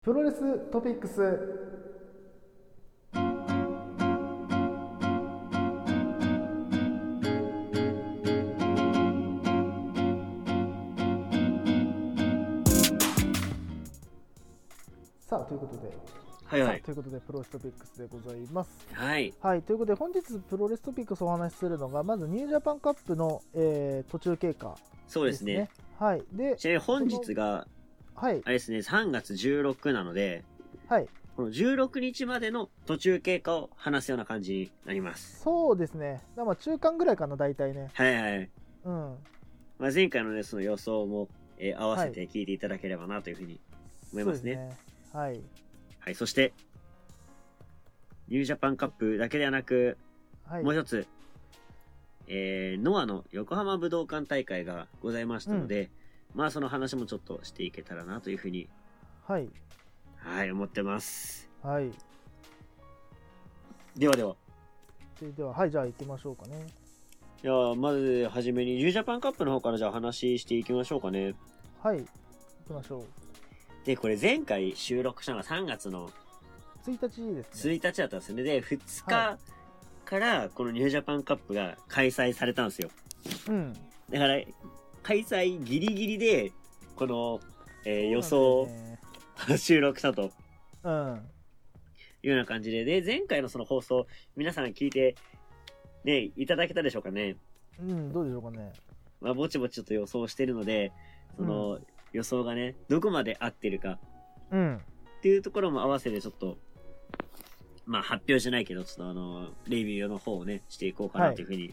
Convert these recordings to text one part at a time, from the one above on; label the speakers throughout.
Speaker 1: プロレストピックスさあということで、
Speaker 2: はいは
Speaker 1: さ
Speaker 2: い
Speaker 1: あ。ということでプロレストピックスでございます
Speaker 2: はい。
Speaker 1: はいということで本日プロレストピックスをお話しするのがまずニュージャパンカップの、えー途中経過
Speaker 2: そうですね。
Speaker 1: はいで
Speaker 2: ちなみに本日が、
Speaker 1: はい
Speaker 2: あれですね、3月16なので、
Speaker 1: はい
Speaker 2: この16日までの途中経過を話すような感じになります。
Speaker 1: そうですねだからまあ中間ぐらいかな大体ね
Speaker 2: はいはい。
Speaker 1: うん
Speaker 2: まあ、前回のね、その予想も、えー合わせて聞いていただければなというふうに。思いますね
Speaker 1: そうではい
Speaker 2: はい、そして、ニュージャパンカップだけではなく、
Speaker 1: はい
Speaker 2: もう一つ、えー、ノアの横浜武道館大会がございましたので、まあその話もちょっとしていけたらなというふうに、
Speaker 1: はい
Speaker 2: はい、思ってます。
Speaker 1: はい
Speaker 2: ではでは。
Speaker 1: ででははいじゃあ行きましょうかね
Speaker 2: いやーまずはじめに、ニュージャパンカップの方からじゃあ話していきましょうかね。
Speaker 1: はい行きましょう
Speaker 2: で、これ前回収録したのが3月の
Speaker 1: 1日ですね
Speaker 2: 1日だったんですよね。で、2
Speaker 1: は
Speaker 2: 日からこのニュージャパンカップが開催されたんですよ。
Speaker 1: うん
Speaker 2: だから、開催ギリギリで、この、えー予想
Speaker 1: そう
Speaker 2: を
Speaker 1: なんだよね
Speaker 2: 収録したという
Speaker 1: うん
Speaker 2: ような感じで、で、前回のその放送、皆さん聞いて、ね、いただけたでしょうかね。
Speaker 1: うん、どうでしょうかね。
Speaker 2: まあ、ぼちぼちちょっと予想してるので、その、予想がね、どこまで合ってるか
Speaker 1: うん。
Speaker 2: っていうところも合わせてちょっと、まあ発表じゃないけど、ちょっとあの、レビューの方をね、していこうか
Speaker 1: は
Speaker 2: ないというふうに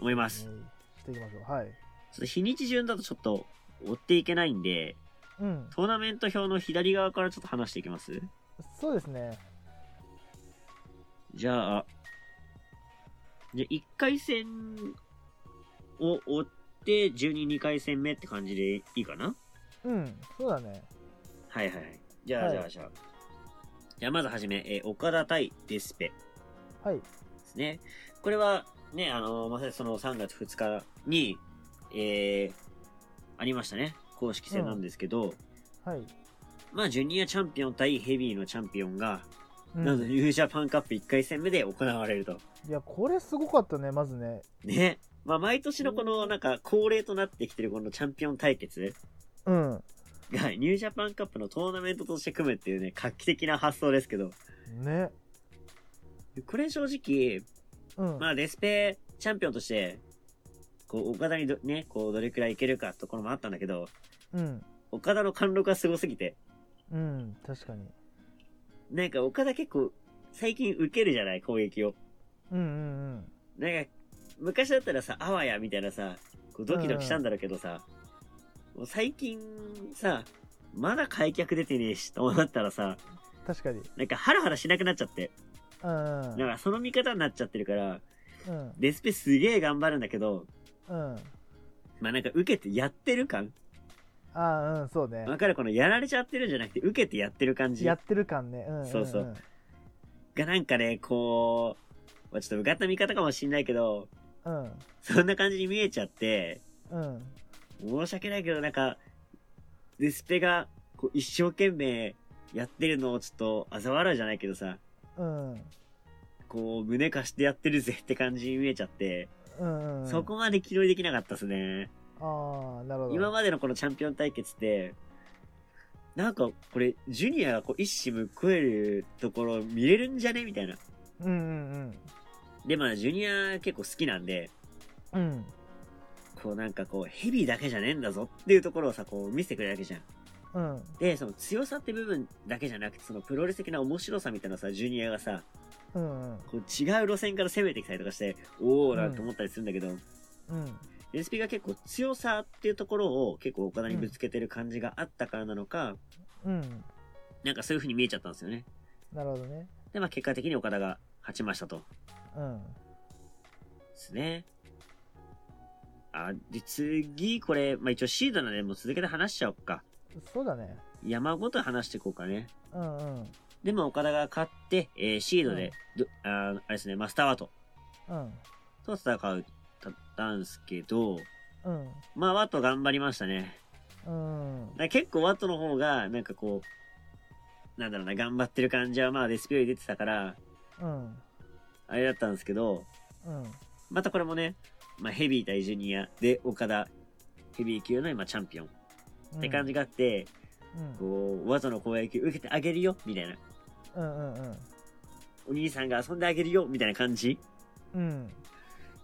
Speaker 2: 思います。
Speaker 1: えーしていきましょう。はい。
Speaker 2: ちょっと日にち順だとちょっと追っていけないんで、
Speaker 1: うん。
Speaker 2: トーナメント表の左側からちょっと話していきます
Speaker 1: そうですね。
Speaker 2: じゃあ、じゃあ1回戦を追って、12、2回戦目って感じでいいかな
Speaker 1: うん、そうだね。
Speaker 2: はいはいはい。じゃあ、
Speaker 1: はい
Speaker 2: じゃあ、じゃあ。じゃあまずはじめ、えー岡田対デスペ。
Speaker 1: はい。
Speaker 2: ですね。これは、ね、あの、まさにその3月2日に、えー、ありましたね。公式戦なんですけど、
Speaker 1: はい。
Speaker 2: まあ、ジュニアチャンピオン対ヘビーのチャンピオンが、
Speaker 1: うん
Speaker 2: なんとニュージャパンカップ1回戦目で行われると。
Speaker 1: いや、これすごかったね、まずね。
Speaker 2: ね。まあ、毎年のこの、なんか、恒例となってきてるこのチャンピオン対決
Speaker 1: うん。
Speaker 2: が、ニュージャパンカップのトーナメントとして組むっていうね、画期的な発想ですけど、
Speaker 1: ね。
Speaker 2: これ正直、
Speaker 1: うん。
Speaker 2: まあ、デスペチャンピオンとして、こう、岡田にどね、こう、どれくらいいけるかってところもあったんだけど、
Speaker 1: うん。
Speaker 2: 岡田の貫禄がすごすぎて。
Speaker 1: うん、確かに。
Speaker 2: なんか岡田結構、最近受けるじゃない攻撃を。
Speaker 1: うんうんうん。
Speaker 2: なんか、昔だったらさ、あわやみたいなさ、こうドキドキしたんだろうけどさ、もう最近さ、まだ開脚出てねえし、と思ったらさ、
Speaker 1: 確かに。
Speaker 2: なんかハラハラしなくなっちゃって。
Speaker 1: うん
Speaker 2: だからその見方になっちゃってるから、
Speaker 1: うん。
Speaker 2: デスペすげえ頑張るんだけど、
Speaker 1: うん。うん。
Speaker 2: まあなんか受けてやってる感
Speaker 1: ああ、うん、そうね。
Speaker 2: わかるこのやられちゃってるんじゃなくて、受けてやってる感じ
Speaker 1: やっ
Speaker 2: が
Speaker 1: てる感ね。うんんん。
Speaker 2: そうそうなんかね、こう、まあちょっとうがった見方かもしんないけど、
Speaker 1: うん。
Speaker 2: そんな感じに見えちゃって、
Speaker 1: うん。
Speaker 2: 申し訳ないけど、なんか、デスペが、こう、一生懸命やってるのをちょっと、嘲笑うじゃないけどさ、
Speaker 1: うん。
Speaker 2: こう、胸貸してやってるぜって感じに見えちゃって、
Speaker 1: うん。うん。
Speaker 2: そこまで気乗りできなかったですね。
Speaker 1: ああ、なるほど。
Speaker 2: 今までのこのチャンピオン対決って、なんか、これ、ジュニアがこう、一矢報えるところ見れるんじゃねみたいな。
Speaker 1: うんうん
Speaker 2: で、まあ、ジュニア結構好きなんで、
Speaker 1: うん。うん。
Speaker 2: こうなんかこう、ヘビーだけじゃねえんだぞっていうところをさ、こう、見せてくれるわけじゃん。
Speaker 1: うん。
Speaker 2: で、その強さって部分だけじゃなくて、そのプロレス的な面白さみたいなさ、ジュニアがさ、
Speaker 1: うんうん。
Speaker 2: こう違う路線から攻めてきたりとかして、おーなんて思ったりするんだけど、
Speaker 1: うん。
Speaker 2: レスピが結構強さっていうところを結構岡田にぶつけてる感じがあったからなのか、
Speaker 1: うん。
Speaker 2: なんかそういう風に見えちゃったんですよね。
Speaker 1: なるほどね。
Speaker 2: で、まあ結果的に岡田が勝ちましたと。で
Speaker 1: うん。
Speaker 2: すね。あ、で、次、これ、まあ一応シードなんで、もう続けて話しちゃおうか。
Speaker 1: そうだね。
Speaker 2: 山ごと話していこうかね。
Speaker 1: うんうん。
Speaker 2: で、まあ岡田が勝って、えーシードで、どあーあれですね、マスターワート。
Speaker 1: うん。
Speaker 2: と戦う、たったんすけど、
Speaker 1: うん。
Speaker 2: まあ、ワット頑張りましたね。
Speaker 1: ううん。
Speaker 2: なんか結構ワットの方が、なんかこう、なんだろうな、頑張ってる感じはまあデスピオリ出てたから、
Speaker 1: うん。
Speaker 2: あれだったんですけど、
Speaker 1: うん。
Speaker 2: またこれもね、まあヘビー対ジュニアで岡田、ヘビー級の今チャンピオンって感じがあって、
Speaker 1: うん。
Speaker 2: こう、ワットの攻撃受けてあげるよ、みたいな。
Speaker 1: うんうんうん。
Speaker 2: お兄さんが遊んであげるよ、みたいな感じ。
Speaker 1: うん。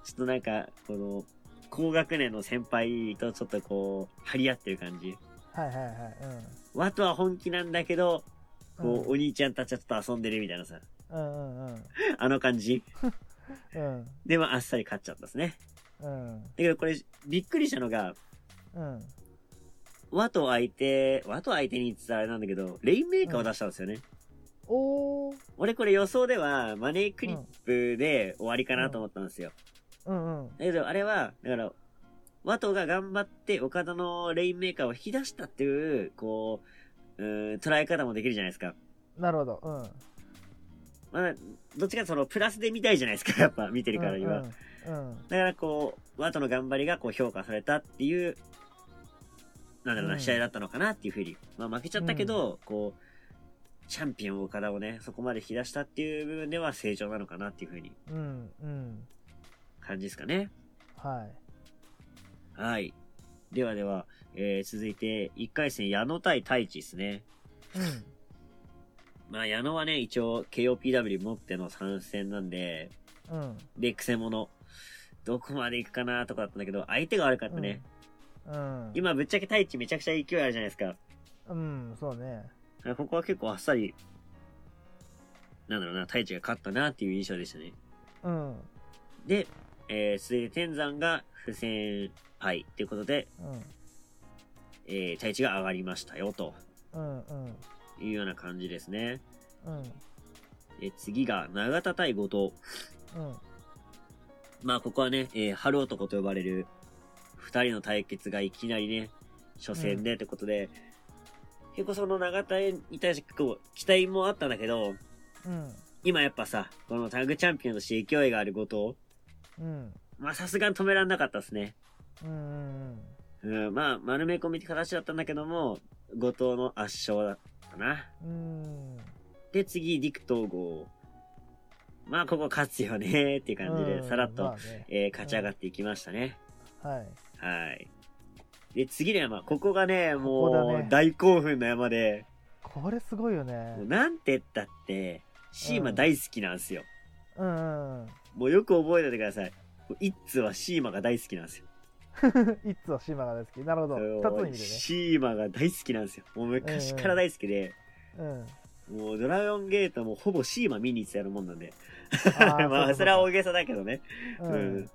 Speaker 2: ちょっとなんか、この、高学年の先輩とちょっとこう、張り合ってる感じ。
Speaker 1: はいはいはい。
Speaker 2: ワトは本気なんだけど、
Speaker 1: うん。
Speaker 2: こう、お兄ちゃんたちはちょっと遊んでるみたいなさ、
Speaker 1: うんうんうん。
Speaker 2: あの感じ。
Speaker 1: うん。
Speaker 2: で、まあ、あっさり勝っちゃったですね。
Speaker 1: うん。
Speaker 2: だけどこれ、びっくりしたのが、
Speaker 1: うん。
Speaker 2: ワト相手、ワト相手に言ってたらあれなんだけど、レインメーカーを出したんですよね。
Speaker 1: おー。
Speaker 2: 俺これ予想では、マネークリップで終わりかなと思ったんですよ。
Speaker 1: うんうん。
Speaker 2: だけど、あれは、だから、ワトが頑張って岡田のレインメーカーを引き出したっていう、こう、うーん、捉え方もできるじゃないですか。
Speaker 1: なるほど。うん。
Speaker 2: まあ、どっちかその、プラスで見たいじゃないですか、やっぱ、見てるからには。
Speaker 1: うん。うん。
Speaker 2: だからこう、ワトの頑張りがこう評価されたっていう、なんだろう
Speaker 1: う
Speaker 2: な、
Speaker 1: ん
Speaker 2: 試合だったのかなっていうふうに。まあ負けちゃったけど、こう、チャンピオン岡田をね、そこまで引き出したっていう部分では成長なのかなっていうふうに
Speaker 1: うん。うん。
Speaker 2: 感じですかね。
Speaker 1: はい。
Speaker 2: はい。ではでは、えー、続いて、1回戦矢野対太一ですね。
Speaker 1: うん。
Speaker 2: まあ矢野はね、一応 KOPW 持っての参戦なんで、
Speaker 1: うん。
Speaker 2: で、クセ者。どこまで行くかなとかだったんだけど、相手が悪かったね。
Speaker 1: うん。
Speaker 2: 今ぶっちゃけ太一めちゃくちゃ勢いあるじゃないですか。
Speaker 1: うん、そうね。
Speaker 2: あここは結構あっさり、なんだろうな、太一が勝ったなっていう印象でしたね。
Speaker 1: うん。うん。
Speaker 2: で、えー、続いて天山が不戦敗ということで、えー、太一が上がりましたよ、と
Speaker 1: うん。うん。
Speaker 2: いうような感じですね。
Speaker 1: うん。
Speaker 2: え次が永田対後藤。
Speaker 1: うん。
Speaker 2: まあ、ここはね、えー、春男と呼ばれる二人の対決がいきなりね、初戦でってことで、結構その永田に対して結構期待もあったんだけど、
Speaker 1: うん。
Speaker 2: 今やっぱさ、このタッグチャンピオンとして勢いがある後藤、
Speaker 1: うん。
Speaker 2: まあさすがに止められなかったですね。
Speaker 1: うん。
Speaker 2: うん、まあ丸め込みって形だったんだけども、後藤の圧勝だったな。
Speaker 1: うん。
Speaker 2: で、次、陸東郷。まあここ勝つよねっていう感じで、さらっと、えー勝ち上がっていきましたね。
Speaker 1: はい。
Speaker 2: はい。で、次の山。ここがね、も
Speaker 1: ここ
Speaker 2: う
Speaker 1: だ、ね
Speaker 2: 大興奮の山で、
Speaker 1: これすごいよね
Speaker 2: もう。なんて言ったって、シーマ大好きなんですよ。
Speaker 1: うん。うん。
Speaker 2: もうよく覚えておいてください。もう一通はシーマが大好きなんですよ。
Speaker 1: いつはシマが大好き。なるほど。二つの意味でね。
Speaker 2: シーマが大好きなんですよ。もう昔から大好きで、
Speaker 1: うん。
Speaker 2: もうドラゴンゲートもほぼシーマ見に行ってたようなもん なんで。
Speaker 1: あー
Speaker 2: まあ、それは大
Speaker 1: う
Speaker 2: げさだけどね。
Speaker 1: か
Speaker 2: う
Speaker 1: うん
Speaker 2: ん。。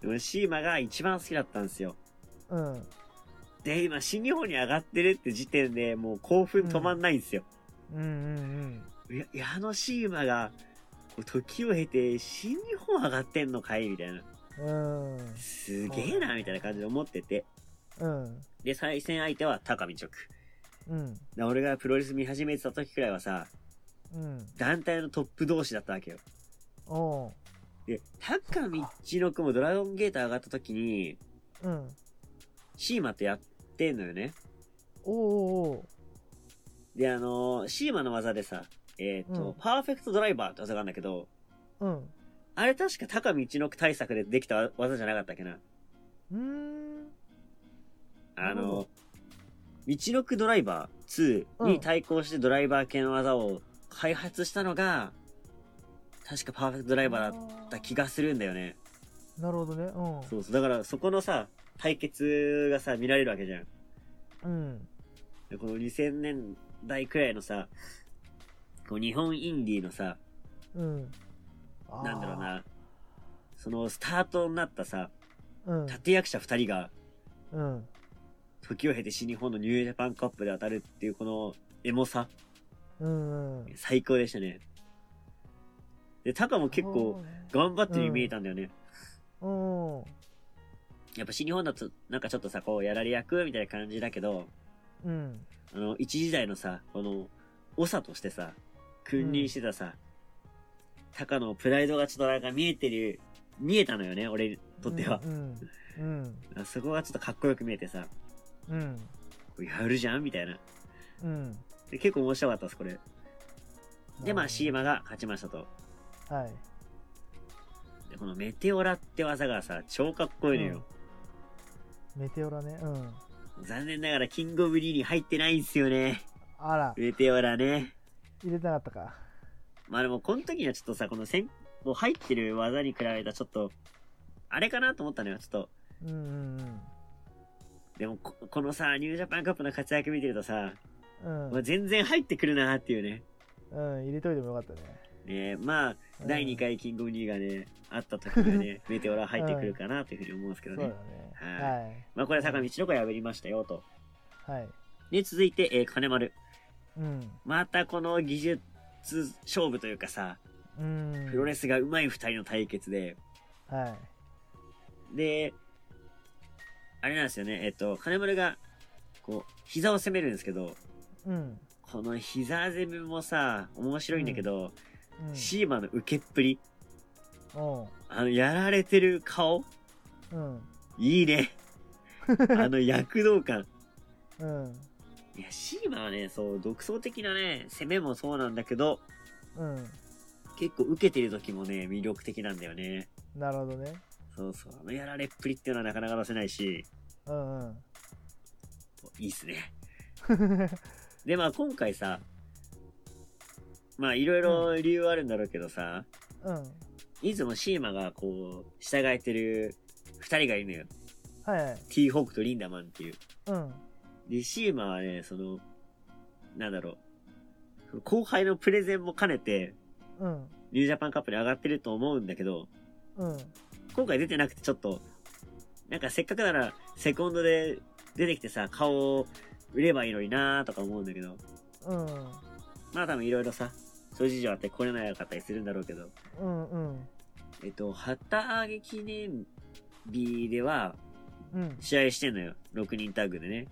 Speaker 2: でもシーマが一番好きだったんですよ。
Speaker 1: うん。
Speaker 2: で、今、新日本に上がってるって時点でもう興奮止まんないんですよ。
Speaker 1: うんうん
Speaker 2: いや、いやあのシーマが、こう時を経て新日本上がってんのかいみたいな。
Speaker 1: うん。うん。
Speaker 2: すげえな、みたいな感じで思ってて。
Speaker 1: うん。
Speaker 2: で、対戦相手は高見直。
Speaker 1: うん。
Speaker 2: な俺がプロレス見始めてた時くらいはさ、
Speaker 1: うん。
Speaker 2: 団体のトップ同士だったわけよ。
Speaker 1: おう。
Speaker 2: で、タッカーミッチノクもドラゴンゲーター上がった時に、
Speaker 1: うん。
Speaker 2: シーマとやってんのよね。
Speaker 1: おうおう
Speaker 2: で、あのーシーマの技でさ、えっ、と、
Speaker 1: うん
Speaker 2: パーフェクトドライバーって技があるんだけど、
Speaker 1: おう。
Speaker 2: あれ確かタカミチノク対策でできた技じゃなかったっけな。
Speaker 1: うん。う
Speaker 2: あ
Speaker 1: なるほ
Speaker 2: の
Speaker 1: ど
Speaker 2: ミチノクドライバー2
Speaker 1: う
Speaker 2: に
Speaker 1: ん
Speaker 2: 対抗してドライバー系の技を開発したのが、確かパーフェクトドライ
Speaker 1: ーん。
Speaker 2: バーだった気がするんだよね。
Speaker 1: なるほどね。うん。
Speaker 2: そうそう。だからそこのさ、対決がさ、見られるわけじゃん。
Speaker 1: うん。
Speaker 2: でこの2000年代くらいのさ、こう日本インディーのさ、
Speaker 1: うん。
Speaker 2: なんだろうな、そのスタートになったさ、
Speaker 1: あー。
Speaker 2: 立役者二人が、
Speaker 1: うん。うん。
Speaker 2: 時を経て新日本のニュージャパンカップで当たるっていうこのエモさ、
Speaker 1: うんうん。
Speaker 2: 最高でしたね。で、タカも結構頑張ってるように見えたんだよね。
Speaker 1: うん。
Speaker 2: やっぱ新日本だとなんかちょっとさ、こうやられ役みたいな感じだけど、
Speaker 1: うん。
Speaker 2: あの、一時代のさ、この、長としてさ、君臨してたさ、タカのプライドがちょっとなんか見えてる、見えたのよね、俺にとっては
Speaker 1: う。ん。うん。
Speaker 2: そこがちょっとかっこよく見えてさ、
Speaker 1: うん。
Speaker 2: やるじゃんみたいな。
Speaker 1: うん。
Speaker 2: で結構面白かったです、これ。で、まあ、シー
Speaker 1: マ
Speaker 2: マが勝ちましたと。
Speaker 1: はい。
Speaker 2: で、このメテオラって技がさ、超かっこいいのよ。
Speaker 1: メテオラね。うん。
Speaker 2: 残念ながら、キングオブリーに入ってないんすよね。
Speaker 1: あら、
Speaker 2: メテオラね。
Speaker 1: 入れてなかったか。
Speaker 2: まあでも、この時にはちょっとさ、この先、もう入ってる技に比べたらちょっと、あれかなと思ったのよ、ちょっと。
Speaker 1: うんうん
Speaker 2: でもこ、このさ、ニュージャパンカップの活躍見てるとさ、
Speaker 1: うん。
Speaker 2: まあ、全然入ってくるなっていうね。
Speaker 1: うん。うん、入れといてもよかったね。
Speaker 2: ねえまあ、
Speaker 1: うん
Speaker 2: 第2回キングオブリーがね、あった時にはね、 メテオラ入ってくるかなというふうに思うんですけ
Speaker 1: そ
Speaker 2: ど
Speaker 1: うだ
Speaker 2: ね
Speaker 1: ね。。
Speaker 2: はまあ、これは坂道の子破りましたよと。
Speaker 1: はい。はい。
Speaker 2: で、続いて、えー金丸。
Speaker 1: うん。
Speaker 2: またこの技術勝負というかさ、
Speaker 1: うん。
Speaker 2: プロレ
Speaker 1: ス。
Speaker 2: スが上手い二人の対決で、
Speaker 1: はい。
Speaker 2: で、あれなんですよね、えっと、金丸が、こう、膝を攻めるんですけど、
Speaker 1: うん。
Speaker 2: この膝攻めもさ、面白いんだけど、
Speaker 1: うん。
Speaker 2: シーマの受けっぷり、
Speaker 1: おう
Speaker 2: あの、やられてる顔、
Speaker 1: うん。
Speaker 2: いいね。 あの躍動感。
Speaker 1: うん。
Speaker 2: いや、シーマはね、そう、独創的なね、攻めもそうなんだけど、
Speaker 1: うん。
Speaker 2: 結構受けてる時もね、魅力的なんだよね。
Speaker 1: なるほどね。
Speaker 2: そうそう、あのやられっぷりっていうのはなかなか出せないし、
Speaker 1: うんうん。
Speaker 2: いいっすね。で、まあ今回さ、まあいろいろ理由はあるんだろうけどさ、
Speaker 1: うん。
Speaker 2: いつもシーマがこう、従えてる二人がいるのよ。
Speaker 1: はいはい。
Speaker 2: T ホークとリンダマンっていう。
Speaker 1: うん。
Speaker 2: で、シーマはね、その、なんだろう、後輩のプレゼンも兼ねて、
Speaker 1: うん。
Speaker 2: ニュージャパンカップに上がってると思うんだけど、
Speaker 1: うん。
Speaker 2: 今回出てなくてちょっと、なんかせっかくなら、セコンドで出てきてさ、顔を売ればいいのになーとか思うんだけど、
Speaker 1: うん。
Speaker 2: まあ多分いろいろさ、そういう事情あって来れなかったりするんだろうけど、
Speaker 1: うんうん。
Speaker 2: えっと、旗揚げ記念日では、
Speaker 1: うん。
Speaker 2: 試合してんのよ。6人タッグでね。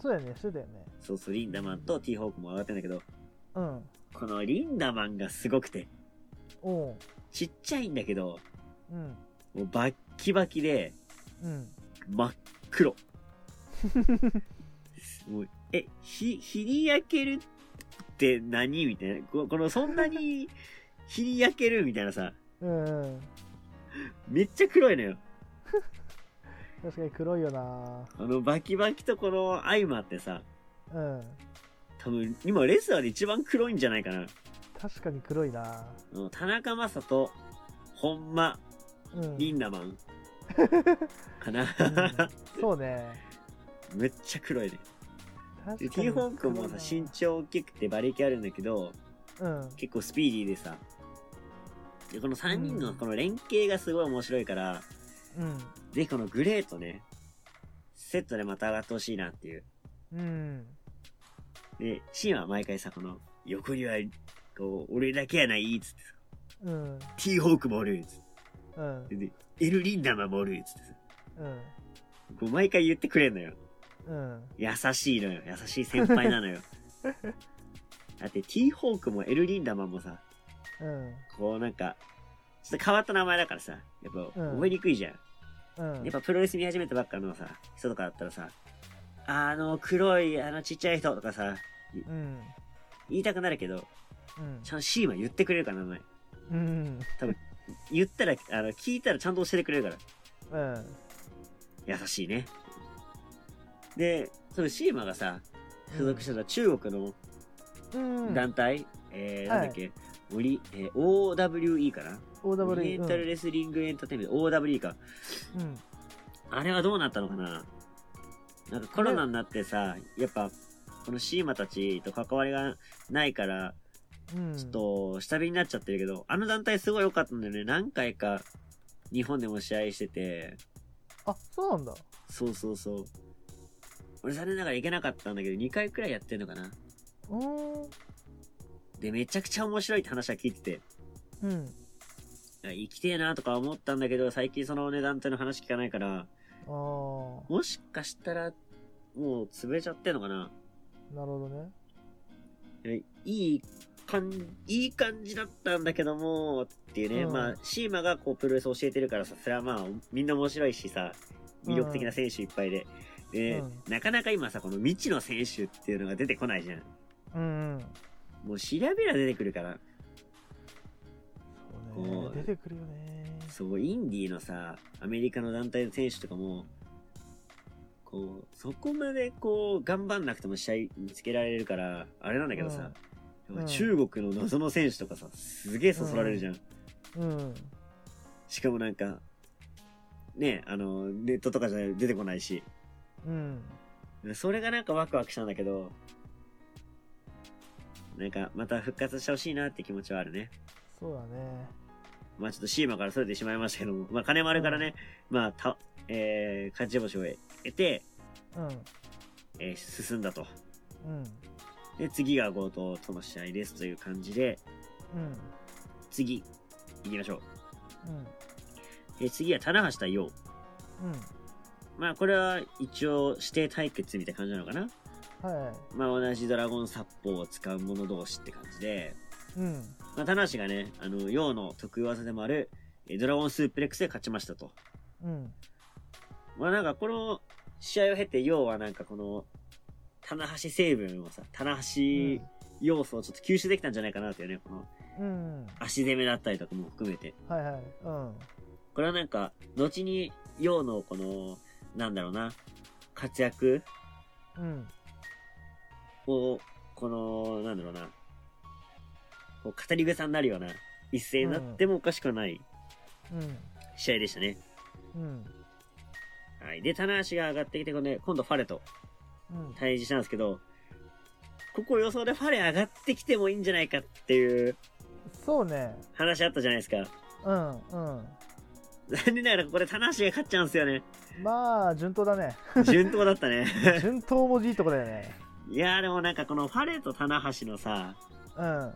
Speaker 1: そうだよね。そうだよね。
Speaker 2: そうそう、リンダマンと T ホークも上がってんだけど、
Speaker 1: うん。
Speaker 2: このリンダマンがすごくて、
Speaker 1: おう。
Speaker 2: ちっちゃいんだけど、
Speaker 1: うん。
Speaker 2: もうバッキバキで、
Speaker 1: うん。
Speaker 2: 真っ黒。もうえ、ひ、日に焼けるって何みたいな。ここの、そんなに日に焼けるみたいなさ、
Speaker 1: うんうん。
Speaker 2: めっちゃ黒いのよ。
Speaker 1: 確かに黒いよな。
Speaker 2: あの、バキバキとこの相まってさ、
Speaker 1: うん。
Speaker 2: 多分、今レスラーで一番黒いんじゃないかな。
Speaker 1: 確かに黒いな。
Speaker 2: あの田中正人、本間、
Speaker 1: うん。
Speaker 2: リンダマン。かな。
Speaker 1: うんそうね。
Speaker 2: めっちゃ黒いね。
Speaker 1: 確か
Speaker 2: で
Speaker 1: に。
Speaker 2: ティーホークもさ、
Speaker 1: 黒い
Speaker 2: 身
Speaker 1: な
Speaker 2: 長大きくて馬力あるんだけど、
Speaker 1: うん。
Speaker 2: 結構スピーディーでさでこの3人のこの連携がすごい面白いから、
Speaker 1: うん。
Speaker 2: ぜひこのグレーとねセットでまた上がってほしいなっていう
Speaker 1: うん。
Speaker 2: でシーンは毎回さこの横にはこう俺だけやないっつってさ
Speaker 1: うん。
Speaker 2: T ホークもおるっつっ
Speaker 1: うん
Speaker 2: て。でエル・リンダマンもおるっつってさ
Speaker 1: うん。
Speaker 2: こう毎回言ってくれんのよ
Speaker 1: うん。
Speaker 2: 優しいのよ優しい先輩なの よだって T ホークもエル・リンダマンもさ
Speaker 1: うん。
Speaker 2: こうなんかちょっと変わった名前だからさやっぱ
Speaker 1: うん
Speaker 2: 覚えにくいじゃん
Speaker 1: うん。
Speaker 2: やっぱプロレス見始めたばっかのさ、人とかだったらさ、あの黒い、あのちっちゃい人とかさ、
Speaker 1: うん。
Speaker 2: 言いたくなるけど、
Speaker 1: うん
Speaker 2: ちゃんとシーマ言ってくれるからな、お前
Speaker 1: うん。
Speaker 2: 言ったら、あの、聞いたらちゃんと教えてくれるから。
Speaker 1: うん。
Speaker 2: 優しいね。で、そのシーマがさ、所属してた中国
Speaker 1: うん。
Speaker 2: の団体、えー、
Speaker 1: はい
Speaker 2: なんだっけ、オリ、えー OWE かなオリエン
Speaker 1: OWE。
Speaker 2: タルレスリングエンターテインメント、OWE か。
Speaker 1: うん。
Speaker 2: あれはどうなったのかななんかコロナになってさ、やっぱ、このシーマたちと関わりがないから、
Speaker 1: うん。
Speaker 2: ちょっと下火になっちゃってるけど、あの団体すごい良かったんだよね。何回か日本でも試合してて、
Speaker 1: あ、そうなんだ。
Speaker 2: そうそうそう。俺残念ながら行けなかったんだけど、2回くらいやってんのかな
Speaker 1: うーん。
Speaker 2: で、めちゃくちゃ面白いって話は聞いてて、
Speaker 1: うん。
Speaker 2: あ行きてえなとか思ったんだけど、最近そのね、団体の話聞かないか
Speaker 1: あ
Speaker 2: ら、
Speaker 1: ー。
Speaker 2: もしかしたら、もう潰れちゃってんのかな
Speaker 1: なるほどね。
Speaker 2: いい感じ、いい感じだったんだけども、っていうね。
Speaker 1: うん
Speaker 2: まあ、シーマがこう、プロレス教えてるからさ、それはまあ、みんな面白いしさ、魅力的な選手いっぱいで、で、
Speaker 1: うん
Speaker 2: なかなか今さ、この未知の選手っていうのが出てこないじゃん。
Speaker 1: うん、うん、
Speaker 2: もう調べりゃ出てくるから、
Speaker 1: そう
Speaker 2: こう
Speaker 1: ね、出てくるよね。
Speaker 2: そう、インディーのさ、アメリカの団体の選手とかも、こう、そこまでこう、頑張んなくても試合見つけられるから、あれなんだけどさ、
Speaker 1: うんうん
Speaker 2: 中国の謎の選手とかさ、すげえそそられるじゃん。
Speaker 1: うん、
Speaker 2: しかもなんか、ねあの、ネットとかじゃ出てこないし。
Speaker 1: うん、
Speaker 2: それがなんかワクワクしたんだけど、なんかまた復活してほしいなって気持ちはあるね。
Speaker 1: そうだね。
Speaker 2: まあちょっとシーマからそれてしまいましたけども、まあ金丸からね、まあた、えー、勝ち星を得て、えー進んだと。
Speaker 1: うん、うん、
Speaker 2: で、次が強盗との試合ですという感じで、
Speaker 1: うん、
Speaker 2: 次、行きましょう。
Speaker 1: うん、
Speaker 2: えー次は棚橋対陽。
Speaker 1: う、
Speaker 2: まあこれは一応指定対決みたいな感じなのかなん
Speaker 1: はい。
Speaker 2: まあ同じドラゴン殺法を使う者同士って感じで、
Speaker 1: うん、
Speaker 2: まあ、棚橋がね、あの、陽の得意技でもある、えードラゴンスープレックスで勝ちましたと。
Speaker 1: うん、
Speaker 2: まあなんかこの試合を経て、陽はなんかこの、棚橋成分をさ、棚橋要素をちょっと吸収できたんじゃないかなというね、この
Speaker 1: うん、うん、
Speaker 2: 足攻めだったりとかも含めて。
Speaker 1: はいはい、うん、
Speaker 2: これはなんか、後に陽のこの、なんだろうな、活躍
Speaker 1: うん、
Speaker 2: を、この、なんだろうな、こう語り草になるような一斉になってもおかしくはない
Speaker 1: うん、
Speaker 2: 試合でしたね。
Speaker 1: うん、
Speaker 2: はい。で、棚橋が上がってきて、このね、今度ファレと
Speaker 1: うん、
Speaker 2: 対峙したんですけど、ここ予想でファレ上がってきてもいいんじゃないかっていう
Speaker 1: そうね。
Speaker 2: 話あったじゃないですか。
Speaker 1: うん、うん。
Speaker 2: 残念ながらここで棚橋が勝っちゃうんですよね。
Speaker 1: まあ、順当だね。
Speaker 2: 順当だったね。
Speaker 1: 順当もいいとこだよね。
Speaker 2: いやーでもなんかこのファレと棚橋のさ、
Speaker 1: うん、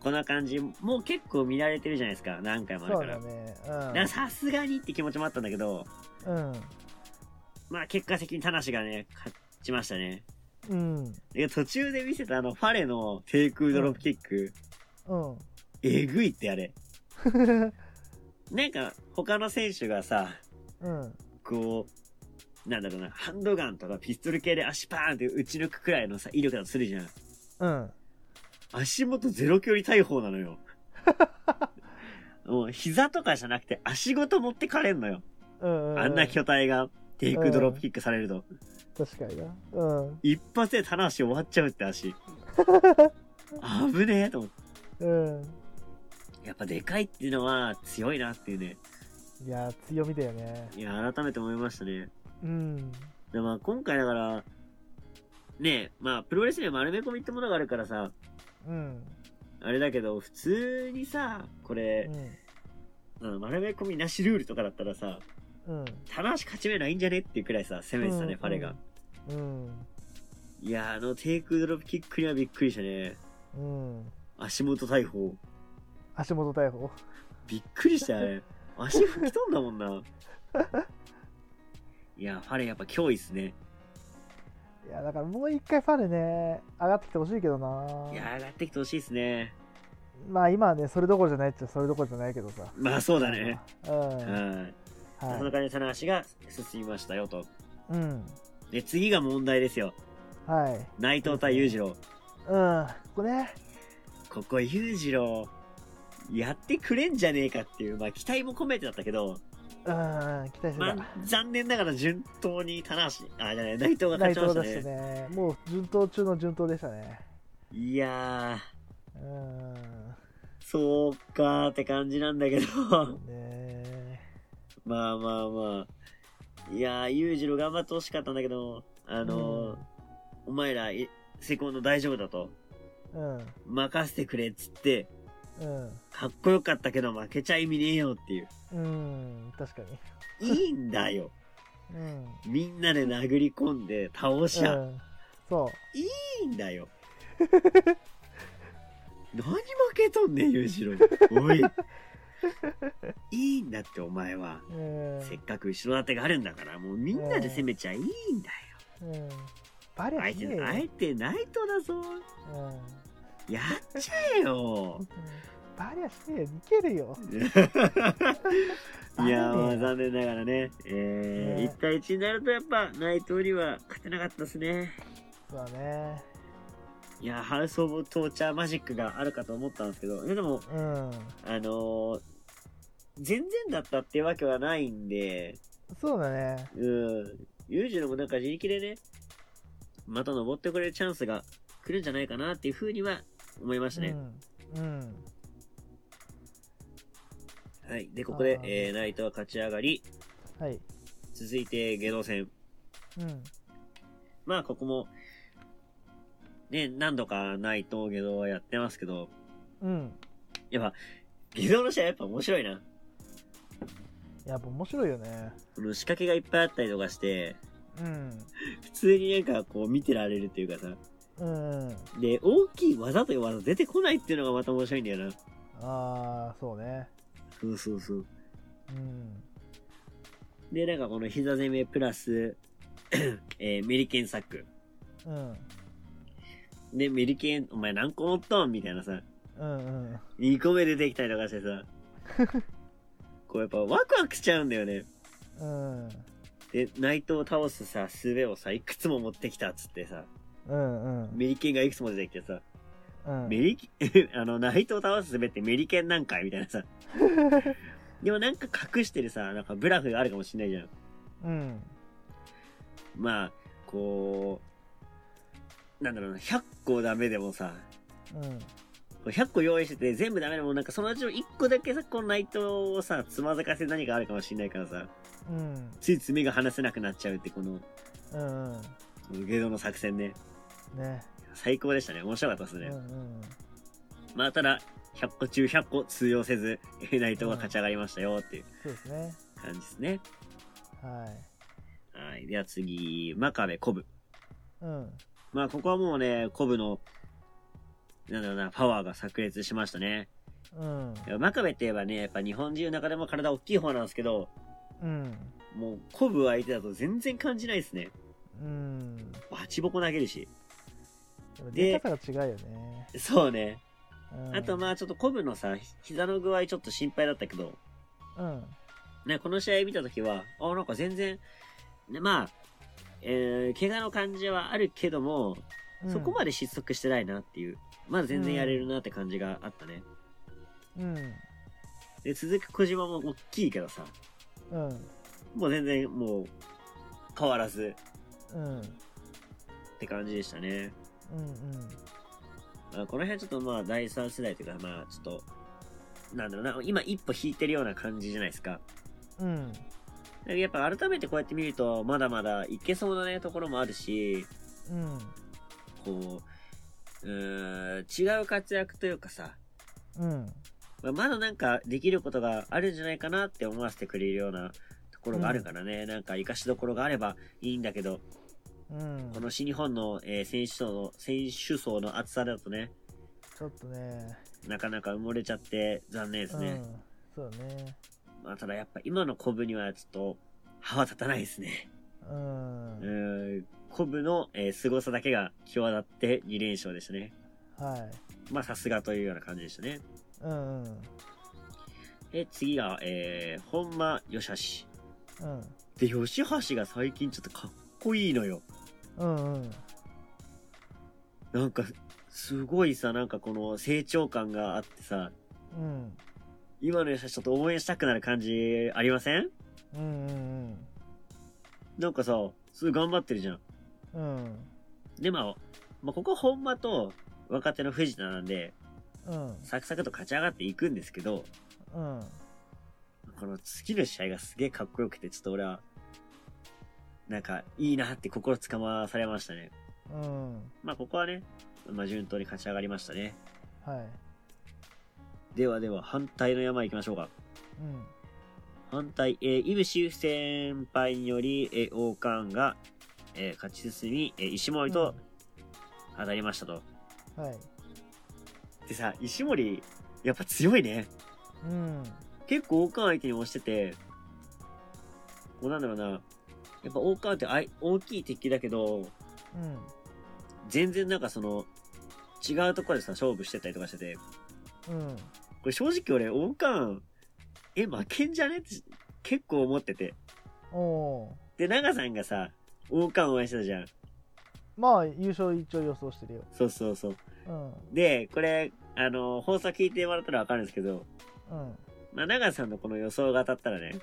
Speaker 2: こんな感じ、もう結構見られてるじゃないですか。何回もある
Speaker 1: そ
Speaker 2: か
Speaker 1: う
Speaker 2: ら。
Speaker 1: だ
Speaker 2: だ
Speaker 1: ね。
Speaker 2: からさすがにって気持ちもあったんだけど、
Speaker 1: うん、
Speaker 2: まあ結果的に棚橋がね、勝ちましたね。
Speaker 1: うん、うん、
Speaker 2: で途中で見せたあのファレの低空ドロップキック、
Speaker 1: うん。
Speaker 2: えぐいってあれ。なんか、他の選手がさ、
Speaker 1: うん、
Speaker 2: こう、なんだろうな、ハンドガンとかピストル系で足パーンって打ち抜くくらいのさ、威力だとするじゃん。
Speaker 1: うん、
Speaker 2: 足元ゼロ距離大砲な のよ。もう膝とかじゃなくて足ごと持ってかれんのよ。
Speaker 1: うん。
Speaker 2: あんな巨体がテイクドロップキックされると。
Speaker 1: 確かにな。うん、
Speaker 2: 一発で棚橋終わっちゃうっ て足。危ねえと思っ
Speaker 1: うん。
Speaker 2: て。やっぱでかいっていうのは強いなっていうね。
Speaker 1: いやー、強みだよね。
Speaker 2: いや、改めて思いましたね。
Speaker 1: うん、
Speaker 2: でまあ今回だから、ねえ、まあプロレスには丸め込みってものがあるからさ、
Speaker 1: うん、
Speaker 2: あれだけど、普通にさ、こ
Speaker 1: う
Speaker 2: れ、
Speaker 1: ん、
Speaker 2: うん丸め込みなしルールとかだったらさ、
Speaker 1: うん、
Speaker 2: 棚橋勝ち目ないんじゃねっていうくらいさ、攻めてたね、
Speaker 1: うん
Speaker 2: ファレが。
Speaker 1: うん、
Speaker 2: いやー、あの低空ドロップキックにはびっくりしたね。
Speaker 1: うん。
Speaker 2: 足元大砲。
Speaker 1: 足元逮捕。
Speaker 2: びっくりした、あれ。足吹き飛んだもんな。いやー、ファレやっぱ脅威っすね。
Speaker 1: いや、だからもう一回ファレね、上がってきてほしいけどない
Speaker 2: やー、上がってきてほしいっすね。
Speaker 1: まあ今はね、それどころじゃないっちゃそれどころじゃないけどさ。
Speaker 2: まあそうだね。。
Speaker 1: うん。
Speaker 2: はい。その
Speaker 1: は
Speaker 2: 感じで棚橋が進みましたよと。
Speaker 1: い。うん。
Speaker 2: で、次が問題ですよ。
Speaker 1: はい。
Speaker 2: 内藤対裕次郎。
Speaker 1: うん。ここね。
Speaker 2: ここ裕次郎、やってくれんじゃねえかっていう、まあ期待も込めてだったけど、
Speaker 1: うん。期待して
Speaker 2: ま
Speaker 1: た。
Speaker 2: あ残念ながら順当に棚橋、あ、じゃない、内藤が
Speaker 1: 内
Speaker 2: 勝ちま
Speaker 1: 藤
Speaker 2: した
Speaker 1: だしね。
Speaker 2: ね。
Speaker 1: もう順当中の順当でしたね。
Speaker 2: いや
Speaker 1: うん。
Speaker 2: ー、そうかーって感じなんだけど、
Speaker 1: ねえ。
Speaker 2: まあまあまあ。いやー、裕次郎頑張ってほしかったんだけど、あのーお前ら、いセコンド大丈夫だと、
Speaker 1: うん。うん。
Speaker 2: 任せてくれっつって、
Speaker 1: うん。
Speaker 2: かっこよかったけど負けちゃ意味ねえよっていう。
Speaker 1: うん。確かに。
Speaker 2: いいんだよ。
Speaker 1: うん。
Speaker 2: みんなで殴り込んで倒し
Speaker 1: う
Speaker 2: ゃ、
Speaker 1: んそ
Speaker 2: いいんだよ。何負けとんねん、裕次郎。おい。いいんだって、お前は。
Speaker 1: う。うん。
Speaker 2: せっかく後ろ盾があるんだから、もうみんなで攻めちゃいいんだよ。
Speaker 1: うん。バレ
Speaker 2: 相
Speaker 1: す
Speaker 2: 手
Speaker 1: げえよ
Speaker 2: 相手ナイトだぞ。
Speaker 1: うん。うん
Speaker 2: やっちゃえよ。
Speaker 1: バリアしてよ、逃げるよ。
Speaker 2: いやー、ま
Speaker 1: ダメだよ
Speaker 2: あ残念ながらね、えー、
Speaker 1: ね
Speaker 2: 1対1になるとやっぱ内藤には勝てなかったですね。
Speaker 1: そうだね。
Speaker 2: いやー、ハウス・オブ・トーチャーマジックがあるかと思ったんですけど、でも、
Speaker 1: うん。
Speaker 2: あのー、全然だったってわけはないんで、
Speaker 1: そうだね。
Speaker 2: うん、ユージのもなんか自力でね、また登ってくれるチャンスが来るんじゃないかなっていうふうには思いましたね。
Speaker 1: うん。うん。
Speaker 2: はい。で、ここで
Speaker 1: あ、ー
Speaker 2: えー、ナイトは勝ち上がり、
Speaker 1: はい。
Speaker 2: 続いて、下道戦。
Speaker 1: うん。
Speaker 2: まあ、ここも、ね、何度かナイト、下道はやってますけど、
Speaker 1: うん。
Speaker 2: やっぱ、下道の試合やっぱ面白いな。
Speaker 1: やっぱ面白いよね。
Speaker 2: この仕掛けがいっぱいあったりとかして、
Speaker 1: うん。
Speaker 2: 普通になんかこう見てられるっていうかさ、
Speaker 1: うん。
Speaker 2: で、大きい技という技出てこないっていうのがまた面白いんだよな。
Speaker 1: ああ、そうね。
Speaker 2: そうそうそう。
Speaker 1: うん。
Speaker 2: で、なんかこの膝攻めプラス、 えーメリケンサック。
Speaker 1: うん。
Speaker 2: で、メリケン、お前何個持っとんみたいなさ、
Speaker 1: うんうん。
Speaker 2: 2個目出てきたりとかして さ、こうやっぱワクワクしちゃうんだよね。
Speaker 1: うん。
Speaker 2: で、内藤を倒すさ、術をさ、いくつも持ってきたっつってさ、
Speaker 1: うんうん。
Speaker 2: メリケンがいくつも出てきてさ、
Speaker 1: うん
Speaker 2: メリケン、 あの、内藤を倒す術ってメリケンなんかいみたい なさ。でもなんか隠してるさ、なんかブラフがあるかもしんないじゃん。
Speaker 1: うん。
Speaker 2: まあ、こう、なんだろうな、100個ダメでもさ、
Speaker 1: うん。
Speaker 2: 100個用意してて全部ダメでもなんかそのうちの1個だけさ、この内藤をさ、つまずかせ何かあるかもしんないからさ、
Speaker 1: うん。
Speaker 2: ついつい目が離せなくなっちゃうってこの、
Speaker 1: うんうん。
Speaker 2: このゲドの作戦ね。
Speaker 1: ね。
Speaker 2: 最高でしたね。面白かったです
Speaker 1: うん
Speaker 2: ね。
Speaker 1: うん。
Speaker 2: まあただ、100個中100個通用せず、え内藤が勝ち上がりましたよっていう
Speaker 1: そうですね。
Speaker 2: 感じですね。
Speaker 1: はい。
Speaker 2: はい。では次、真壁コブ。
Speaker 1: うん。
Speaker 2: まあここはもうね、コブの、なんだろうな、パワーが炸裂しましたね。
Speaker 1: うん。
Speaker 2: いや真壁って言えばね、やっぱ日本人の中でも体大きい方なんですけど、
Speaker 1: うん。
Speaker 2: もう、コブ相手だと全然感じないですね。
Speaker 1: うん。
Speaker 2: バチボコ投げるし。
Speaker 1: 出方が違うよね。
Speaker 2: そうね。
Speaker 1: うん
Speaker 2: あと、まあ、ちょっとコブのさ、膝の具合ちょっと心配だったけど、
Speaker 1: うん。
Speaker 2: ね、この試合見たときは、あ、なんか全然、ね、まあ、えー、怪我の感じはあるけども、
Speaker 1: うん
Speaker 2: そこまで失速してないなっていう、まだ全然やれるなって感じがあったね。
Speaker 1: うん。
Speaker 2: で、続く小島も大きいけどさ、
Speaker 1: うん。
Speaker 2: もう全然もう、変わらず
Speaker 1: うん。
Speaker 2: って感じでしたね。
Speaker 1: うん。
Speaker 2: まあ、この辺ちょっとまあ第三世代というかまあちょっと、なんだろうな、今一歩引いてるような感じじゃないですか。
Speaker 1: うん。
Speaker 2: でやっぱ改めてこうやって見ると、まだまだいけそうなね、ところもあるし、
Speaker 1: うん。
Speaker 2: こう、うーん、違う活躍というかさ、
Speaker 1: うん。
Speaker 2: まあまだなんかできることがあるんじゃないかなって思わせてくれるようなところがあるからね、なんか活かしどころがあればいいんだけど、
Speaker 1: うん
Speaker 2: こ。の新日本の、えー選手層の、選手層の厚さだとね、
Speaker 1: ちょっとね。
Speaker 2: なかなか埋もれちゃって残念ですね。
Speaker 1: うん。そうね。
Speaker 2: まあ、ただやっぱ今のコブにはちょっと歯は立たないですね。
Speaker 1: うん。
Speaker 2: うーん。コブの、えー、凄さだけが際立って2連勝でしたね。
Speaker 1: はい。
Speaker 2: まあさすがというような感じでしたね。
Speaker 1: うんうん。
Speaker 2: え、次が、えー、本間よしはし。
Speaker 1: うん。
Speaker 2: で、よしはしが最近ちょっとかっこいいのよ。
Speaker 1: うんうん。
Speaker 2: なんか、すごいさ、なんかこの成長感があってさ、
Speaker 1: うん。
Speaker 2: 今のよしはしちょっと応援したくなる感じありません
Speaker 1: うんうん
Speaker 2: なんかさ、すごい頑張ってるじゃん。
Speaker 1: うん。うん。
Speaker 2: で、まあ、まあ、ここ本間と若手の藤田なんで、
Speaker 1: うん。
Speaker 2: サクサクと勝ち上がっていくんですけど、
Speaker 1: うん。
Speaker 2: この次の試合がすげえかっこよくて、ちょっと俺は、なんか、いいなって心つかまされましたね。
Speaker 1: うん。
Speaker 2: まあ、ここはね、まあ、順当に勝ち上がりましたね。
Speaker 1: はい。
Speaker 2: ではでは、反対の山行きましょうか。
Speaker 1: うん。
Speaker 2: 反対、えー、イブシ先輩により、えー、王冠が、えー勝ち進み、えー石森と当たりましたと。
Speaker 1: はい。
Speaker 2: でさ、石森、やっぱ強いね。
Speaker 1: うん。
Speaker 2: 結構王冠相手に押してて、こうなんだろうな、やっぱ王冠ってあい大きい敵だけど、
Speaker 1: うん。
Speaker 2: 全然なんかその、違うところでさ、勝負してたりとかしてて、
Speaker 1: うん。
Speaker 2: これ正直俺、王冠、え、負けんじゃねって結構思ってて。
Speaker 1: おー
Speaker 2: で、長さんがさ、王冠応援してたじゃん。
Speaker 1: まあ、優勝一応予想してるよ。
Speaker 2: そうそうそう。
Speaker 1: うん。
Speaker 2: で、これ、あの、放送聞いてもらったらわかるんですけど、
Speaker 1: うん。
Speaker 2: まあ、長さんのこの予想が当たったらね、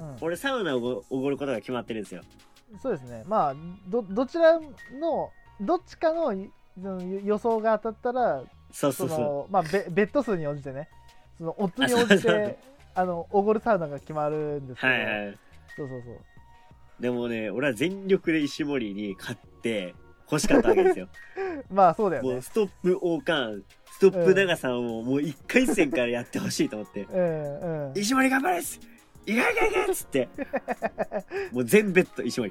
Speaker 1: う
Speaker 2: 俺サウナをごおごることが決まってるんですよ。
Speaker 1: ん。そうですね。まあ、ど、どちらの、どっちかのいその予予想が当たったら、
Speaker 2: そう
Speaker 1: そ
Speaker 2: そ
Speaker 1: う
Speaker 2: そ
Speaker 1: の、まあ、ベベッド数に応じてね、その、オッズに応じ
Speaker 2: あそうそう
Speaker 1: て、あの、おごるサウナが決まるんですけ
Speaker 2: う。
Speaker 1: ど、
Speaker 2: はいはい。
Speaker 1: そうそうそう。
Speaker 2: でもね、俺は全力で石森に勝って欲しかったわけですよ。
Speaker 1: まあ、 そうだよ
Speaker 2: も
Speaker 1: ね
Speaker 2: う。ストップ王冠、ストップ長さんをもう一回戦からやってほしいと思って、
Speaker 1: うん、うん。
Speaker 2: 石森頑張れっすいけいけいけっ つって、もう全ベッド石森。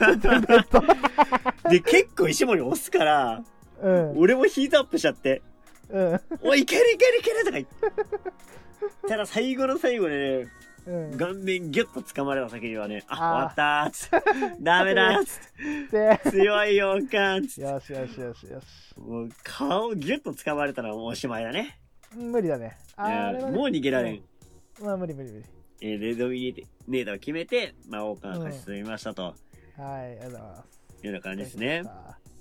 Speaker 2: で、結構石森押すから、
Speaker 1: うん、
Speaker 2: 俺もヒートアップしちゃって、
Speaker 1: うん、
Speaker 2: おい、いけるいけるいけるとか言って。ただ最後の最後でね、
Speaker 1: うん。
Speaker 2: 顔面ギュッと掴まれた先にはね、あ
Speaker 1: あ、
Speaker 2: 終わったーっつって。ダメだーっつっ
Speaker 1: で、
Speaker 2: て。強いよ、かんっつって。
Speaker 1: よしよしよしよし。
Speaker 2: もう顔ギュッと掴まれたらもうおしまいだね。
Speaker 1: 無理だね。あーあれ
Speaker 2: い
Speaker 1: は
Speaker 2: や
Speaker 1: ね
Speaker 2: もう逃げられん。
Speaker 1: まあ無理無理無理。
Speaker 2: えーレッドミニネーターを決めて、まあ、王冠が勝ち進みましたと
Speaker 1: はい、ありがとうございます。
Speaker 2: いうような感じですね。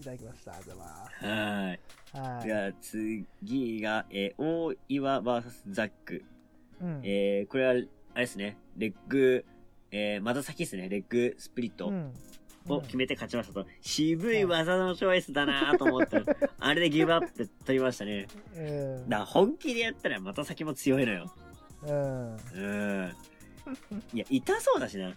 Speaker 1: いただきました。いただきまし
Speaker 2: は
Speaker 1: た。あ
Speaker 2: い。
Speaker 1: り
Speaker 2: じ
Speaker 1: がとうございます。はい。
Speaker 2: ゃあ次が、えー大岩 VS ザック。
Speaker 1: うん。
Speaker 2: えーこれは、あれですね、レッグ、えー、また先ですね、レッグスプリット。
Speaker 1: うん
Speaker 2: を決めて勝ちましたと。渋い技のチョイスだなと思ったら、あれでギブアップ取りましたね。
Speaker 1: うん。
Speaker 2: だから本気でやったらまた先も強いのよ。
Speaker 1: うん。
Speaker 2: うん。いや、痛そうだしな。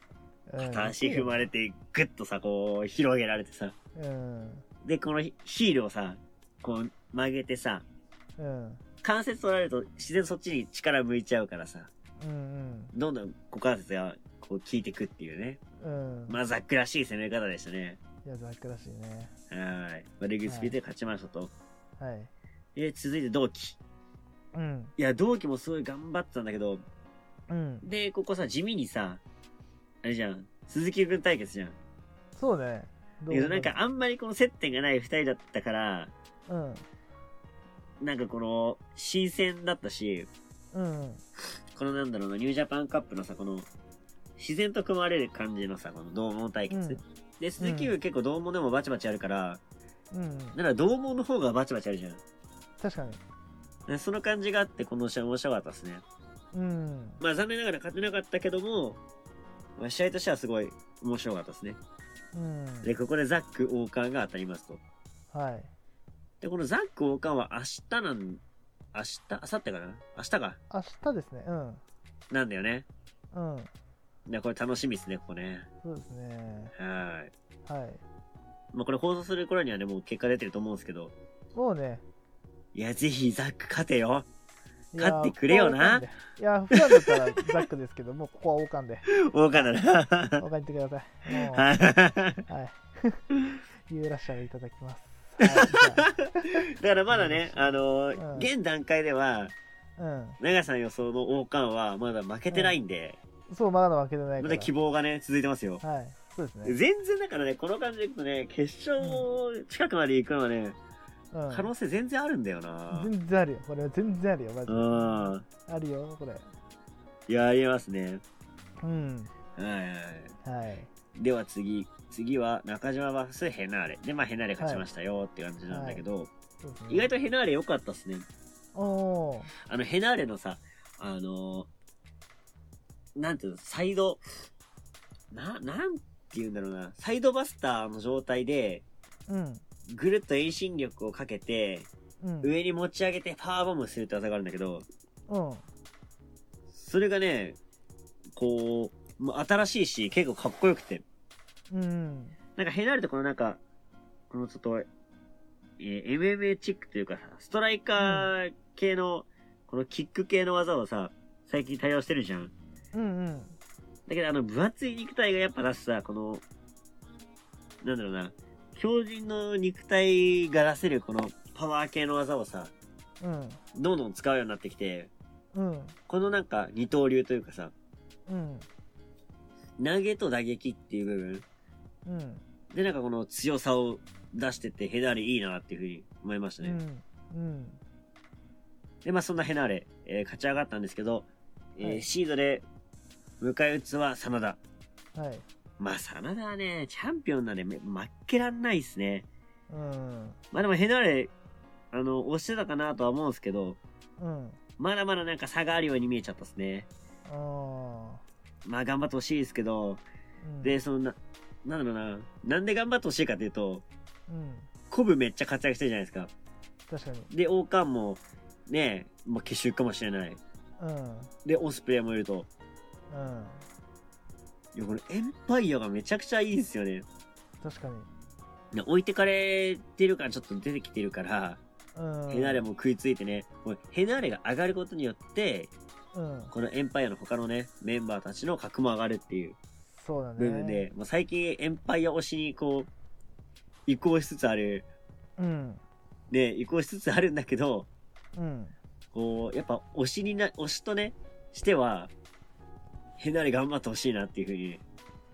Speaker 1: うん
Speaker 2: 片足踏まれ。て、ぐっとさ、こう、広げられてさ。
Speaker 1: うん。
Speaker 2: で、このヒールをさ、こう、曲げてさ、
Speaker 1: うん。
Speaker 2: 関節取られると自然そっちに力向いちゃうからさ、
Speaker 1: うん。
Speaker 2: どんどん股関節がこう効いてくっていうね。
Speaker 1: うん。うん。
Speaker 2: まあ、ざっくらしい攻め方でしたね。
Speaker 1: いや、ザックらしいね。
Speaker 2: はい。まあレグスピードで勝ちましたと。
Speaker 1: はい。
Speaker 2: で、続いて同期。
Speaker 1: うん。
Speaker 2: いや、同期もすごい頑張ってたんだけど、
Speaker 1: うん。
Speaker 2: で、ここさ、地味にさ、あれじゃん、鈴木くん対決じゃん。だ
Speaker 1: そうね。どう
Speaker 2: けどなんか、あんまりこの接点がない二人だったから、
Speaker 1: うん。
Speaker 2: なんかこの、新鮮だったし、
Speaker 1: うん。
Speaker 2: このなんだろうな、ニュージャパンカップのさ、この、自然と組まれる感じのさ、この同門対決。
Speaker 1: うん
Speaker 2: で、鈴木くん結構同門でもバチバチやるから、
Speaker 1: うん。
Speaker 2: なら同門の方がバチバチやるじゃん。
Speaker 1: 確かに。
Speaker 2: でその感じがあって、この試合面白かったですね。
Speaker 1: うん。
Speaker 2: まあ残念ながら勝てなかったけども、まあ試合としてはすごい面白かったですね。
Speaker 1: うん。
Speaker 2: で、ここでザック王冠が当たりますと。
Speaker 1: はい。
Speaker 2: で、このザック王冠は明日なん、明日、明後日かな明日か。
Speaker 1: 明日ですね。うん。
Speaker 2: なんだよね。
Speaker 1: うん。
Speaker 2: で、これ楽しみですね、ここね。
Speaker 1: そうですね。
Speaker 2: は
Speaker 1: はい。
Speaker 2: い。まあこれ放送する頃にはね、もう結果出てると思うんですけど。
Speaker 1: もうね。
Speaker 2: いや、ぜひザック勝てよ。
Speaker 1: いや
Speaker 2: 勝ってくれよな。
Speaker 1: ここは王冠でいや、普段だったらザックですけど、もうここは王冠で。
Speaker 2: 王冠だな。
Speaker 1: 王冠に行ってください。もうは
Speaker 2: はい。だか
Speaker 1: い。ユーラシアをいただきます。はい
Speaker 2: らまだね、あのー
Speaker 1: うん
Speaker 2: 現段階では、
Speaker 1: じゃあ
Speaker 2: 長さん予想の王冠はまだ負けてないんで、
Speaker 1: うん。そう、まだ負けてないか
Speaker 2: ま
Speaker 1: ら。
Speaker 2: だ希望がね、続いてますよ。
Speaker 1: はい。そうですね。
Speaker 2: 全然だからね、この感じでいくとね、決勝近くまで行くのはね、
Speaker 1: うん
Speaker 2: 可能性全然あるんだよな。
Speaker 1: 全然あるよ。これは全然あるよ、マジ
Speaker 2: う
Speaker 1: で。
Speaker 2: ん。
Speaker 1: あるよ、これ。
Speaker 2: いや、ありえますね。
Speaker 1: うん。
Speaker 2: はいはいは
Speaker 1: はい。
Speaker 2: い。では次、次は中島バスヘナーレ。で、まあヘナーレ勝ちましたよって感じなんだけど、
Speaker 1: そうですね
Speaker 2: 意外とヘナーレ良かったっすね。
Speaker 1: おー
Speaker 2: あの、ヘナーレのさ、あのーなんていうの、サイド、な、なんて言うんだろうな、サイドバスターの状態で、
Speaker 1: うん。
Speaker 2: ぐるっと遠心力をかけて、
Speaker 1: うん。
Speaker 2: 上に持ち上げてパワーボムするって技があるんだけど、
Speaker 1: うん。
Speaker 2: それがね、こう、もう新しいし、結構かっこよくて。
Speaker 1: うん。
Speaker 2: なんかヘナーレとこのなんか、このちょっと、えー MMA チックというかさ、ストライカー系の、このキック系の技をさ、最近対応してるじゃん。
Speaker 1: うん。うん。
Speaker 2: だけどあの、分厚い肉体がやっぱ出すさ、この、なんだろうな、強靭の肉体が出せるこのパワー系の技をさ、
Speaker 1: うん。
Speaker 2: どんどん使うようになってきて、
Speaker 1: うん。
Speaker 2: このなんか二刀流というかさ、
Speaker 1: うん。
Speaker 2: 投げと打撃っていう部分。
Speaker 1: うん。
Speaker 2: で、なんかこの強さを出してってヘダーレいいなっていうふうに思いました
Speaker 1: う
Speaker 2: ね。
Speaker 1: ん。うん。
Speaker 2: で、まあそんなヘナーレ、えー勝ち上がったんですけど、えー
Speaker 1: はい
Speaker 2: シードで迎え撃つは真田。
Speaker 1: はい。
Speaker 2: まあ真田はね、チャンピオンなんでめ負けらんないですね。
Speaker 1: うん。
Speaker 2: まあでもヘナーレ、あの、押してたかなとは思うんですけど、
Speaker 1: うん。
Speaker 2: まだまだなんか差があるように見えちゃったですね。
Speaker 1: あ
Speaker 2: まあ頑張ってほしいですけど、
Speaker 1: ー。
Speaker 2: で、そのな、なんだろうな、なんで頑張ってほしいかっていうと、
Speaker 1: うん、うん。
Speaker 2: コブめっちゃ活躍してるじゃないですか。
Speaker 1: 確かに。
Speaker 2: で、王冠も、ねまあ、結集かもしれない。
Speaker 1: うん。
Speaker 2: で、オスプレイもいると。
Speaker 1: うん。
Speaker 2: いや、これエンパイアがめちゃくちゃいいんですよね。
Speaker 1: 確かに。
Speaker 2: いや置いてかれてる感ちょっと出てきてるから、
Speaker 1: うん。
Speaker 2: ヘナーレも食いついてね、これヘナーレが上がることによって、
Speaker 1: うん。
Speaker 2: このエンパイアの他のね、メンバーたちの格も上がるっていう
Speaker 1: そうだね。
Speaker 2: 部分で、。もう最近エンパイア推しにこう、移行しつつある、
Speaker 1: うん。
Speaker 2: ね、移行しつつあるんだけど、
Speaker 1: うん。
Speaker 2: こう、やっぱ推しにな、推しとね、しては、ヘナーレ頑張ってほしいなっていうふうに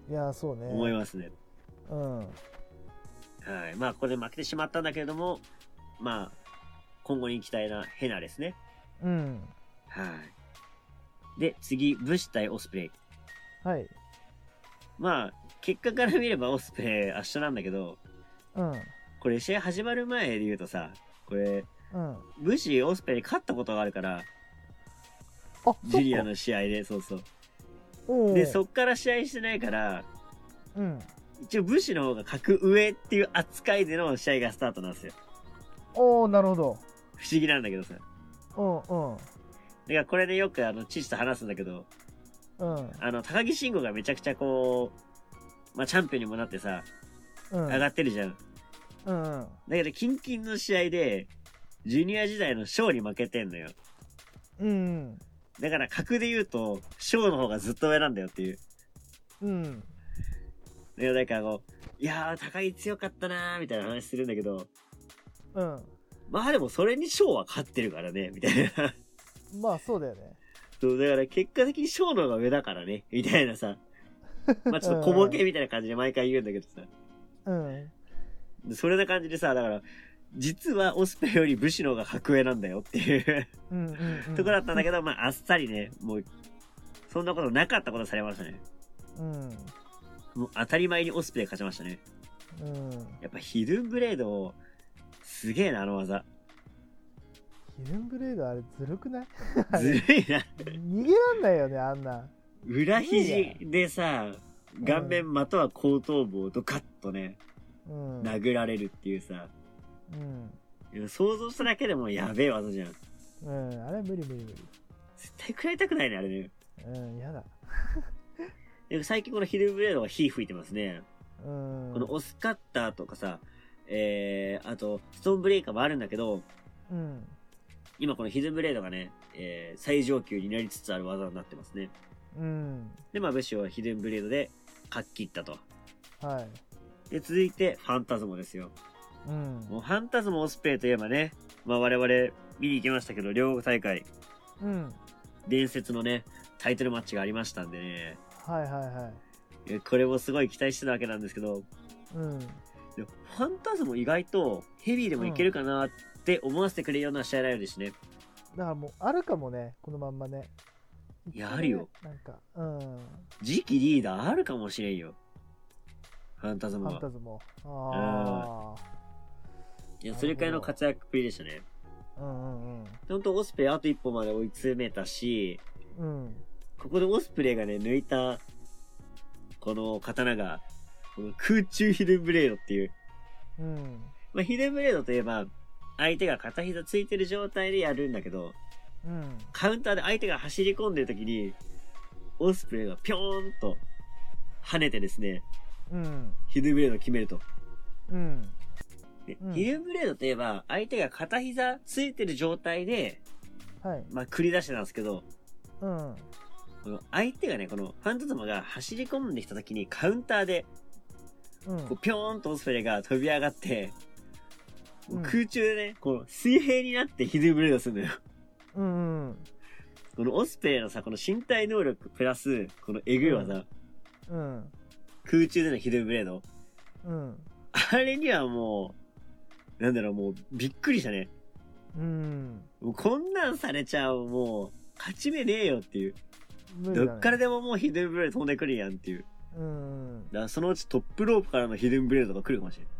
Speaker 1: いや、そうね。
Speaker 2: 思いますね。
Speaker 1: うん。
Speaker 2: はい。まあ、ここで負けてしまったんだけれども、まあ、今後に期待なヘナですね。
Speaker 1: うん。
Speaker 2: はい。で、次、武士対オスプレイ。
Speaker 1: はい。
Speaker 2: まあ、結果から見ればオスプレイ圧勝なんだけど、
Speaker 1: うん。
Speaker 2: これ試合始まる前で言うとさ、これ、
Speaker 1: うん。あ、
Speaker 2: 武士オスプレイに勝ったことがあるから、
Speaker 1: そっか
Speaker 2: ジュリアの試合で、そうそう。
Speaker 1: おー
Speaker 2: で、そっから試合してないから、
Speaker 1: うん。
Speaker 2: 一応武士の方が格上っていう扱いでの試合がスタートなんですよ。
Speaker 1: おおなるほど。
Speaker 2: 不思議なんだけどさ。だか
Speaker 1: う
Speaker 2: らこれでよくあの、父と話すんだけど、
Speaker 1: んうん。うん。
Speaker 2: あの、高木慎吾がめちゃくちゃこう、まあ、チャンピオンにもなってさ、
Speaker 1: うん。
Speaker 2: 上がってるじゃん。
Speaker 1: うんうん。
Speaker 2: だけど、キンキンの試合で、ジュニア時代のショーに負けてんのよ。
Speaker 1: うん。
Speaker 2: だから、格で言うと、ショーの方がずっと上なんだよっていう。
Speaker 1: うん。
Speaker 2: だから、なんかこう、いやー、高木強かったなー、みたいな話するんだけど、
Speaker 1: うん。
Speaker 2: まあでも、それにショーは勝ってるからね、みたいな。
Speaker 1: まあ、そうだよね。
Speaker 2: そう、だから結果的にショーの方が上だからね、みたいなさ。まあちょっと小ボケみたいな感じで毎回言うんだけどさ。
Speaker 1: うん。
Speaker 2: それな感じでさ、だから、実はオスペより武士の方が格上なんだよっていう
Speaker 1: うんうん、うん。
Speaker 2: ところだったんだけど、まああっさりね、もう、そんなことなかったことされましたね。
Speaker 1: うん。
Speaker 2: もう当たり前にオスペで勝ちましたね。
Speaker 1: うん。
Speaker 2: やっぱヒルンブレード、すげえな、あ の技。
Speaker 1: ヒルンブレードあれずるくない
Speaker 2: ずるいな。
Speaker 1: 逃げらんないよね、あんな。
Speaker 2: 裏肘でさ、顔面または後頭部をドカッとね、
Speaker 1: うん。
Speaker 2: 殴られるっていうさ。
Speaker 1: うん。
Speaker 2: いや想像しただけでもやべえ技じゃん。
Speaker 1: うん。あれ無理無理無理。
Speaker 2: 絶対食らいたくないね、あれね。
Speaker 1: うん、やだ。
Speaker 2: で最近このヒルブレードが火吹いてますね。
Speaker 1: うん。
Speaker 2: このオスカッターとかさ、えー、あと、ストーンブレイカーもあるんだけど、
Speaker 1: うん。
Speaker 2: 今このヒルブレードがね、えー、最上級になりつつある技になってますね。
Speaker 1: うん。
Speaker 2: で、まあ、武士はヒルブレードで、かっきったと。
Speaker 1: はい。
Speaker 2: で、続いて、ファンタズモですよ。
Speaker 1: うん。
Speaker 2: もう、ファンタズモオスプレイといえばね、まあ、我々、見に行きましたけど、両国大会、
Speaker 1: うん。
Speaker 2: 伝説のね、タイトルマッチがありましたんでね、
Speaker 1: はいはいはい。
Speaker 2: いやこれもすごい期待してたわけなんですけど、
Speaker 1: うん。
Speaker 2: でもファンタズム意外とヘビーでもいけるかなって思わせてくれるような試合内容でしたね。
Speaker 1: だからもう、あるかもね、このまんまね。
Speaker 2: いやあるよ。
Speaker 1: なんか、うん。
Speaker 2: 次期リーダーあるかもしれんよ。ファンタズ
Speaker 1: フ
Speaker 2: ム
Speaker 1: ァン
Speaker 2: は
Speaker 1: タ。ズム。あ
Speaker 2: いや、それくらいの活躍っぷりでしたね。
Speaker 1: あ。うんうん
Speaker 2: ほんと、オスプレイあと一歩まで追い詰めたし、
Speaker 1: うん。うん。
Speaker 2: ここでオスプレイがね、抜いた、この刀が、この空中ヒルブレードっていう。
Speaker 1: うん。
Speaker 2: まあ、ヒルブレードといえば、相手が片膝ついてる状態でやるんだけど、
Speaker 1: うん。
Speaker 2: カウンターで相手が走り込んでる時に、オスプレイがぴょーんと跳ねてですね、
Speaker 1: うん。
Speaker 2: ヒルブレードを決めると。
Speaker 1: うん。
Speaker 2: で
Speaker 1: うん
Speaker 2: ヒルブレードといえば、相手が片膝ついてる状態で、
Speaker 1: はい。
Speaker 2: まあ、繰り出してたんですけど、
Speaker 1: うん。
Speaker 2: この相手がね、このファントズマが走り込んできた時にカウンターで、
Speaker 1: う。
Speaker 2: こうんぴょーんとオスプレイが飛び上がって、もううん空中でね、こう水平になってヒルブレードするのよ。
Speaker 1: うん。うん。
Speaker 2: このオスプレイのさ、この身体能力プラス、このエグい技、
Speaker 1: うん。
Speaker 2: 空中でのヒルブレード。
Speaker 1: うん。
Speaker 2: あれにはもう、なんだろう、もう、びっくりしたね。
Speaker 1: うん。
Speaker 2: もうこんなんされちゃう、もう、勝ち目ねえよっていう。
Speaker 1: 無理だね
Speaker 2: どっからでももうヒドゥンブレード飛んでくるやんっていう。
Speaker 1: うん。
Speaker 2: だからそのうちトップロープからのヒドゥンブレードとか来るかもしれない。